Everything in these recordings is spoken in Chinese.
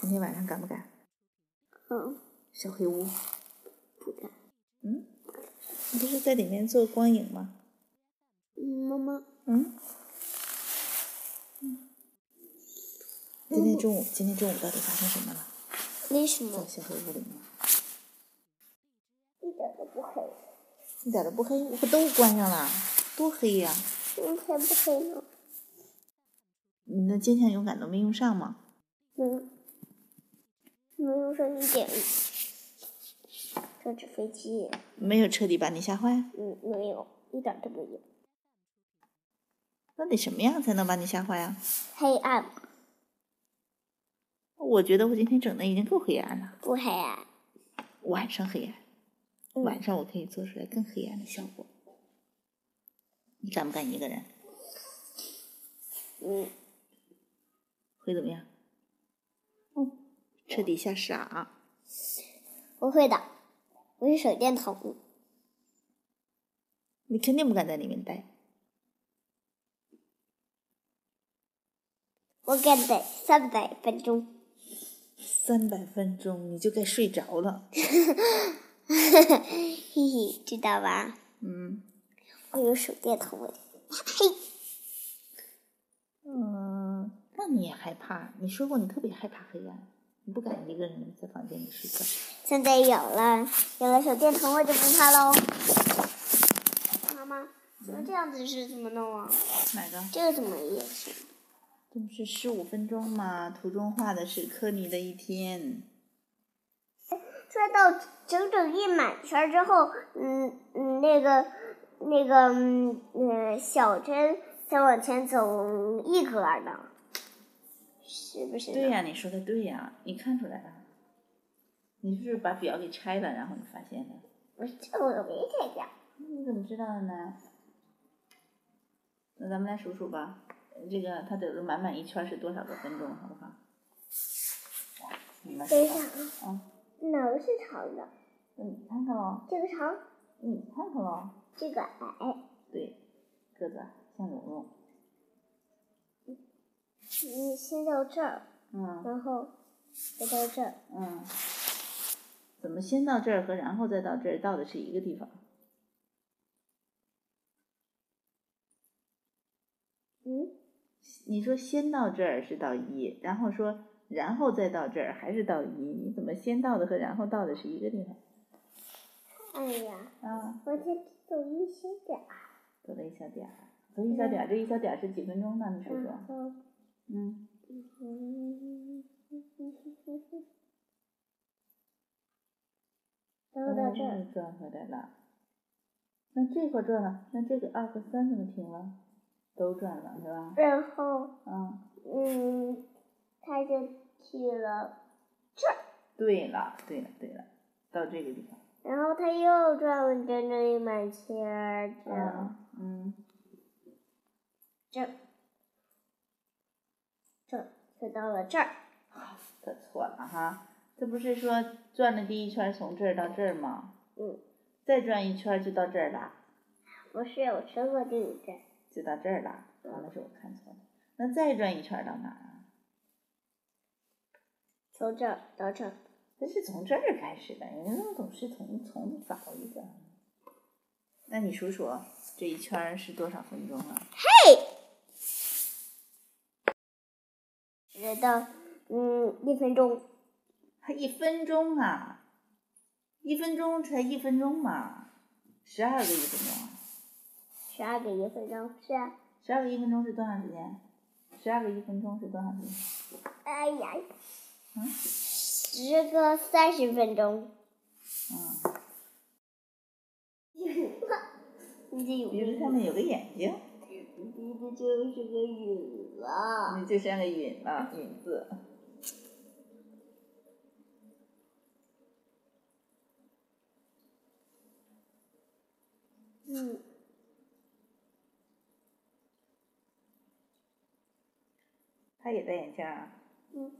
今天晚上敢不敢？嗯，小黑屋，不敢。嗯，你不是在里面做光影吗？嗯，妈妈，嗯，今天中午，今天中午到底发生什么了？为什么在小黑屋里面，一点都不黑？一点都不黑，我都关上了，多黑呀、嗯，才不黑呢。你的坚强勇敢都没用上吗？嗯，没有上一点。这只飞机，没有彻底把你吓坏？嗯，没有，一点都没有。那得什么样才能把你吓坏啊？黑暗我觉得我今天整的已经够黑暗了，不黑暗？晚上黑暗，嗯晚上我可以做出来更黑暗的效果。你敢不敢一个人？嗯，会怎么样？嗯，彻底吓傻。不会的，我是手电筒。你肯定不敢在里面待。我敢等三百分钟， 三百分钟你就该睡着了。嘿嘿，知道吧？嗯我有手电筒，我嘿，嗯，那你也害怕？你说过你特别害怕黑暗，你不敢一个人在房间里睡觉。现在有了，有了手电筒，我就不怕喽。妈妈，怎么这样子是怎么弄啊？哪个？这个怎么也是？这不是十五分钟吗？图中画的是科尼的一天。转到整整一满圈儿之后，嗯嗯，那个那个嗯呃小针再往前走一格儿呢，是不是？对呀、你说的对呀、你看出来了。你是不是把表给拆了，然后你发现的？我这我没在家。你怎么知道的呢？那咱们来数数吧，这个它得是满满一圈是多少个分钟，好不好？你们数等一下吧啊，啊，嗯哪个是长的？你看看喽，这个长，你看看喽，这个矮。对，个子啊像蓉蓉，你先到这儿，嗯然后再到这儿，嗯，怎么先到这儿和然后再到这儿到的是一个地方？嗯，你说先到这儿是到一，然后说然后再到这儿还是到一，你怎么先到的和然后到的是一个地方？哎呀，啊，我才走一小点儿，走了一小点儿，走一小点儿，这一小点儿是几分钟呢？你数数。然后嗯，嗯，然后到这儿，嗯转回来了。那这块转了，那这个二和三怎么停了？都转了是吧？然后嗯，嗯，他就去了，对了，对了，对了，到这个地方。然后他又转了整整一满圈儿，这嗯嗯，这这就到了这儿，可错了哈，这不是说转了第一圈从这儿到这儿吗？嗯，再转一圈就到这儿了。不是我说过这一站，就到这儿了。啊，那是我看错了。那再转一圈儿到哪儿啊？从这儿到这儿，这是从这儿开始的，人家总是从从早一点儿。那你数数这一圈儿是多少分钟啊？直到嗯一分钟，还一分钟啊！一分钟才一分钟嘛，十二个一分钟啊！十二个一分钟，是啊，十二个一分钟是多长时间？十二个一分钟是多长时间？哎呀，嗯十个三十分钟，嗯，你这有鼻子上面有个眼睛，鼻子就是个雨了，你就像个允了，允字。嗯。他也戴眼镜儿啊？嗯，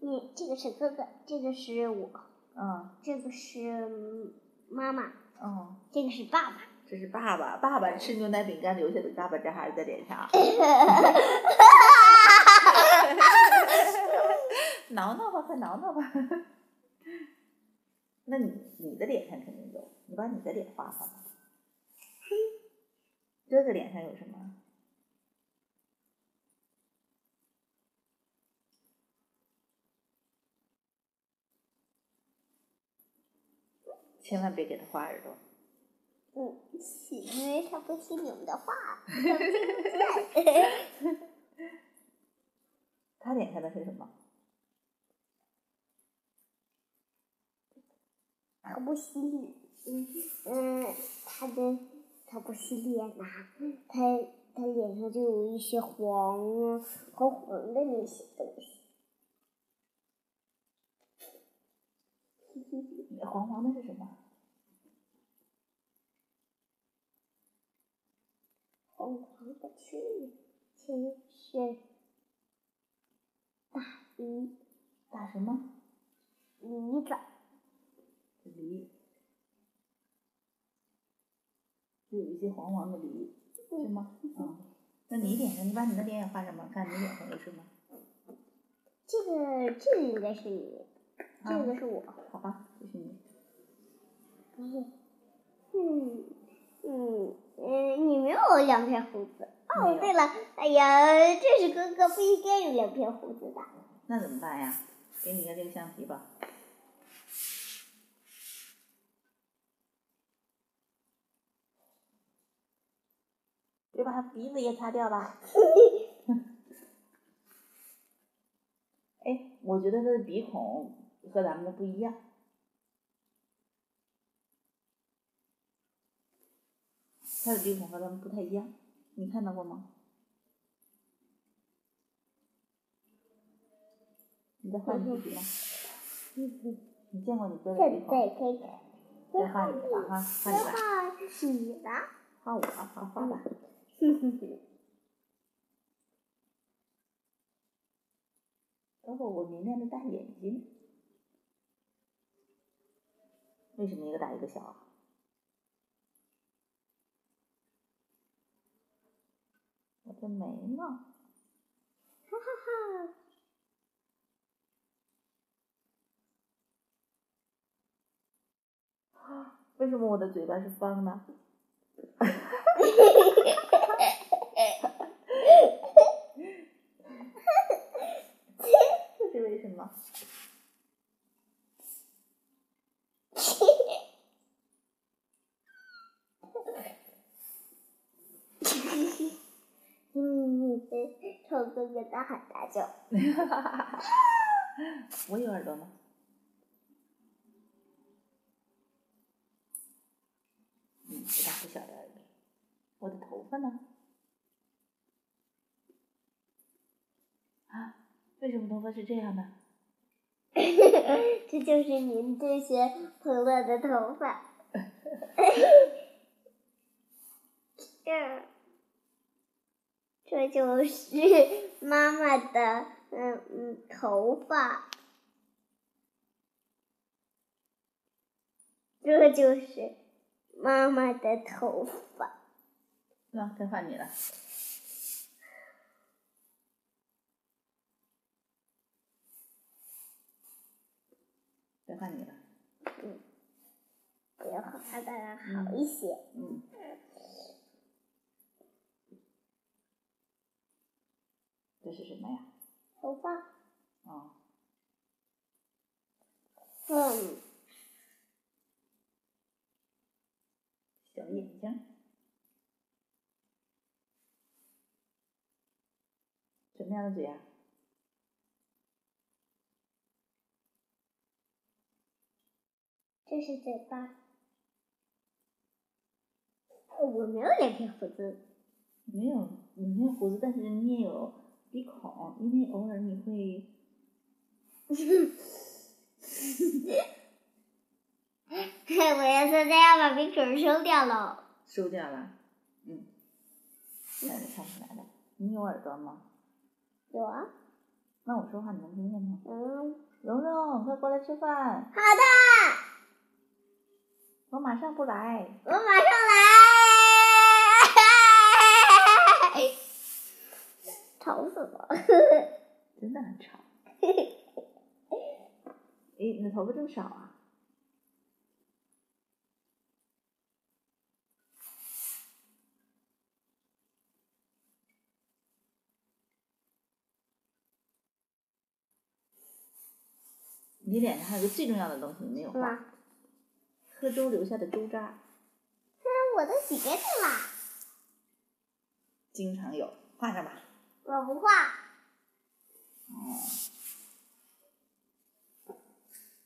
你嗯这个是哥哥，这个是我，嗯这个是嗯妈妈，哦。这个是爸爸。这是爸爸，爸爸吃牛奶饼干留下的嘎巴渣在脸上。快挠挠吧。那你你的脸上肯定有，你把你的脸画画吧。哥哥脸上有什么？千万别给他画耳朵。嗯，是因为他不听你们 的话。他脸上的是什么？他不洗脸，嗯嗯，他的他不洗脸呐、他他脸上就有一些黄黄黄的那些东西。黄黄的是什么？红黄的青青是大鱼打什么？鱼子，梨。就有一些黄黄的梨，是吗？嗯。 那你脸上，你把你的脸也画上吧，看你脸上有什么？这个这个应该是你，这个啊，是我，好吧，这是你。嗯嗯嗯嗯，你没有两片胡子。没哦有，对了，哎呀，这是哥哥不应该有两片胡子的。那怎么办呀？给你个这个橡皮吧。别把他鼻子也擦掉吧。哎，我觉得他的鼻孔和咱们的不一样。他的鼻孔和咱们不太一样，你看到过吗？你在画你自己吗？你见过你哥的这里鼻孔？再可以看。再画你的 吧，哈，画你吧，是你的，画我吧，画画 吧。包括我明亮的大眼睛，为什么一个大一个小啊？我的眉毛，为什么我的嘴巴是方的？ 这是为什么？嗯，臭哥哥大喊大叫，我有耳朵吗？嗯，不大不小的耳朵。我的头发呢？啊，为什么头发是这样的？这就是您这些蓬乱的头发。这儿，这就是妈妈的嗯嗯头发，这就是妈妈的头发。那该啊换你了。该换你了。比画的好一些。嗯。这是什么呀？头发，哦，嗯，小眼睛。什么样的嘴啊呀、这是嘴巴。我没有脸皮胡子，没有，你没有胡子，但是你也有鼻孔，因为偶尔你会 我要是这样把鼻孔收掉了。收掉了。嗯，那你看出来了。你有耳朵吗？有啊，那我说话你能听见吗？嗯，蓉蓉，快过来吃饭，好的，我马上不来。我马上来。 吵死我！真的很吵。诶，你的头发这么少啊？你脸上还有个最重要的东西没有画，妈，喝粥留下的粥渣，那我都洗干净了，经常有，画上吧。我不画。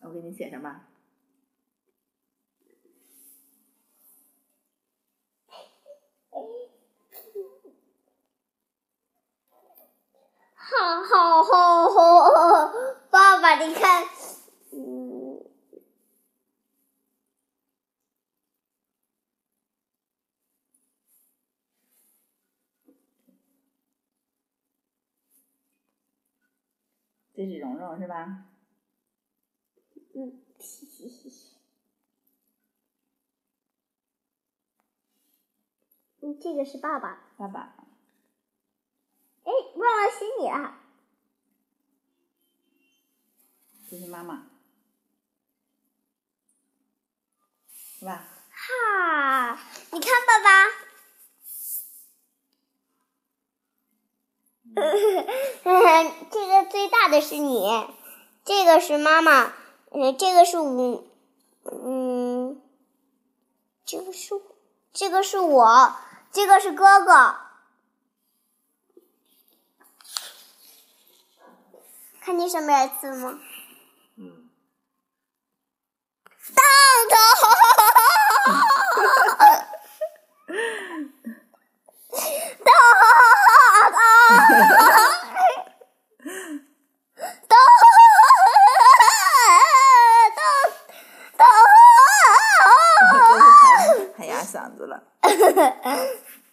我给你写上吧。好好好好，爸爸，你看，嗯，这是蓉蓉是吧？ 嗯，嗯，这个是爸爸。爸爸，哎，忘了写你了。这是妈妈，是 吧？哈，你看爸爸。 这个最大的是你，这个是妈妈，嗯，这个是我，嗯，这个是我这个是我，这个是哥哥。看见上面的字吗？嗯， 当头，当当当当 这是喊喊哑嗓子了。当，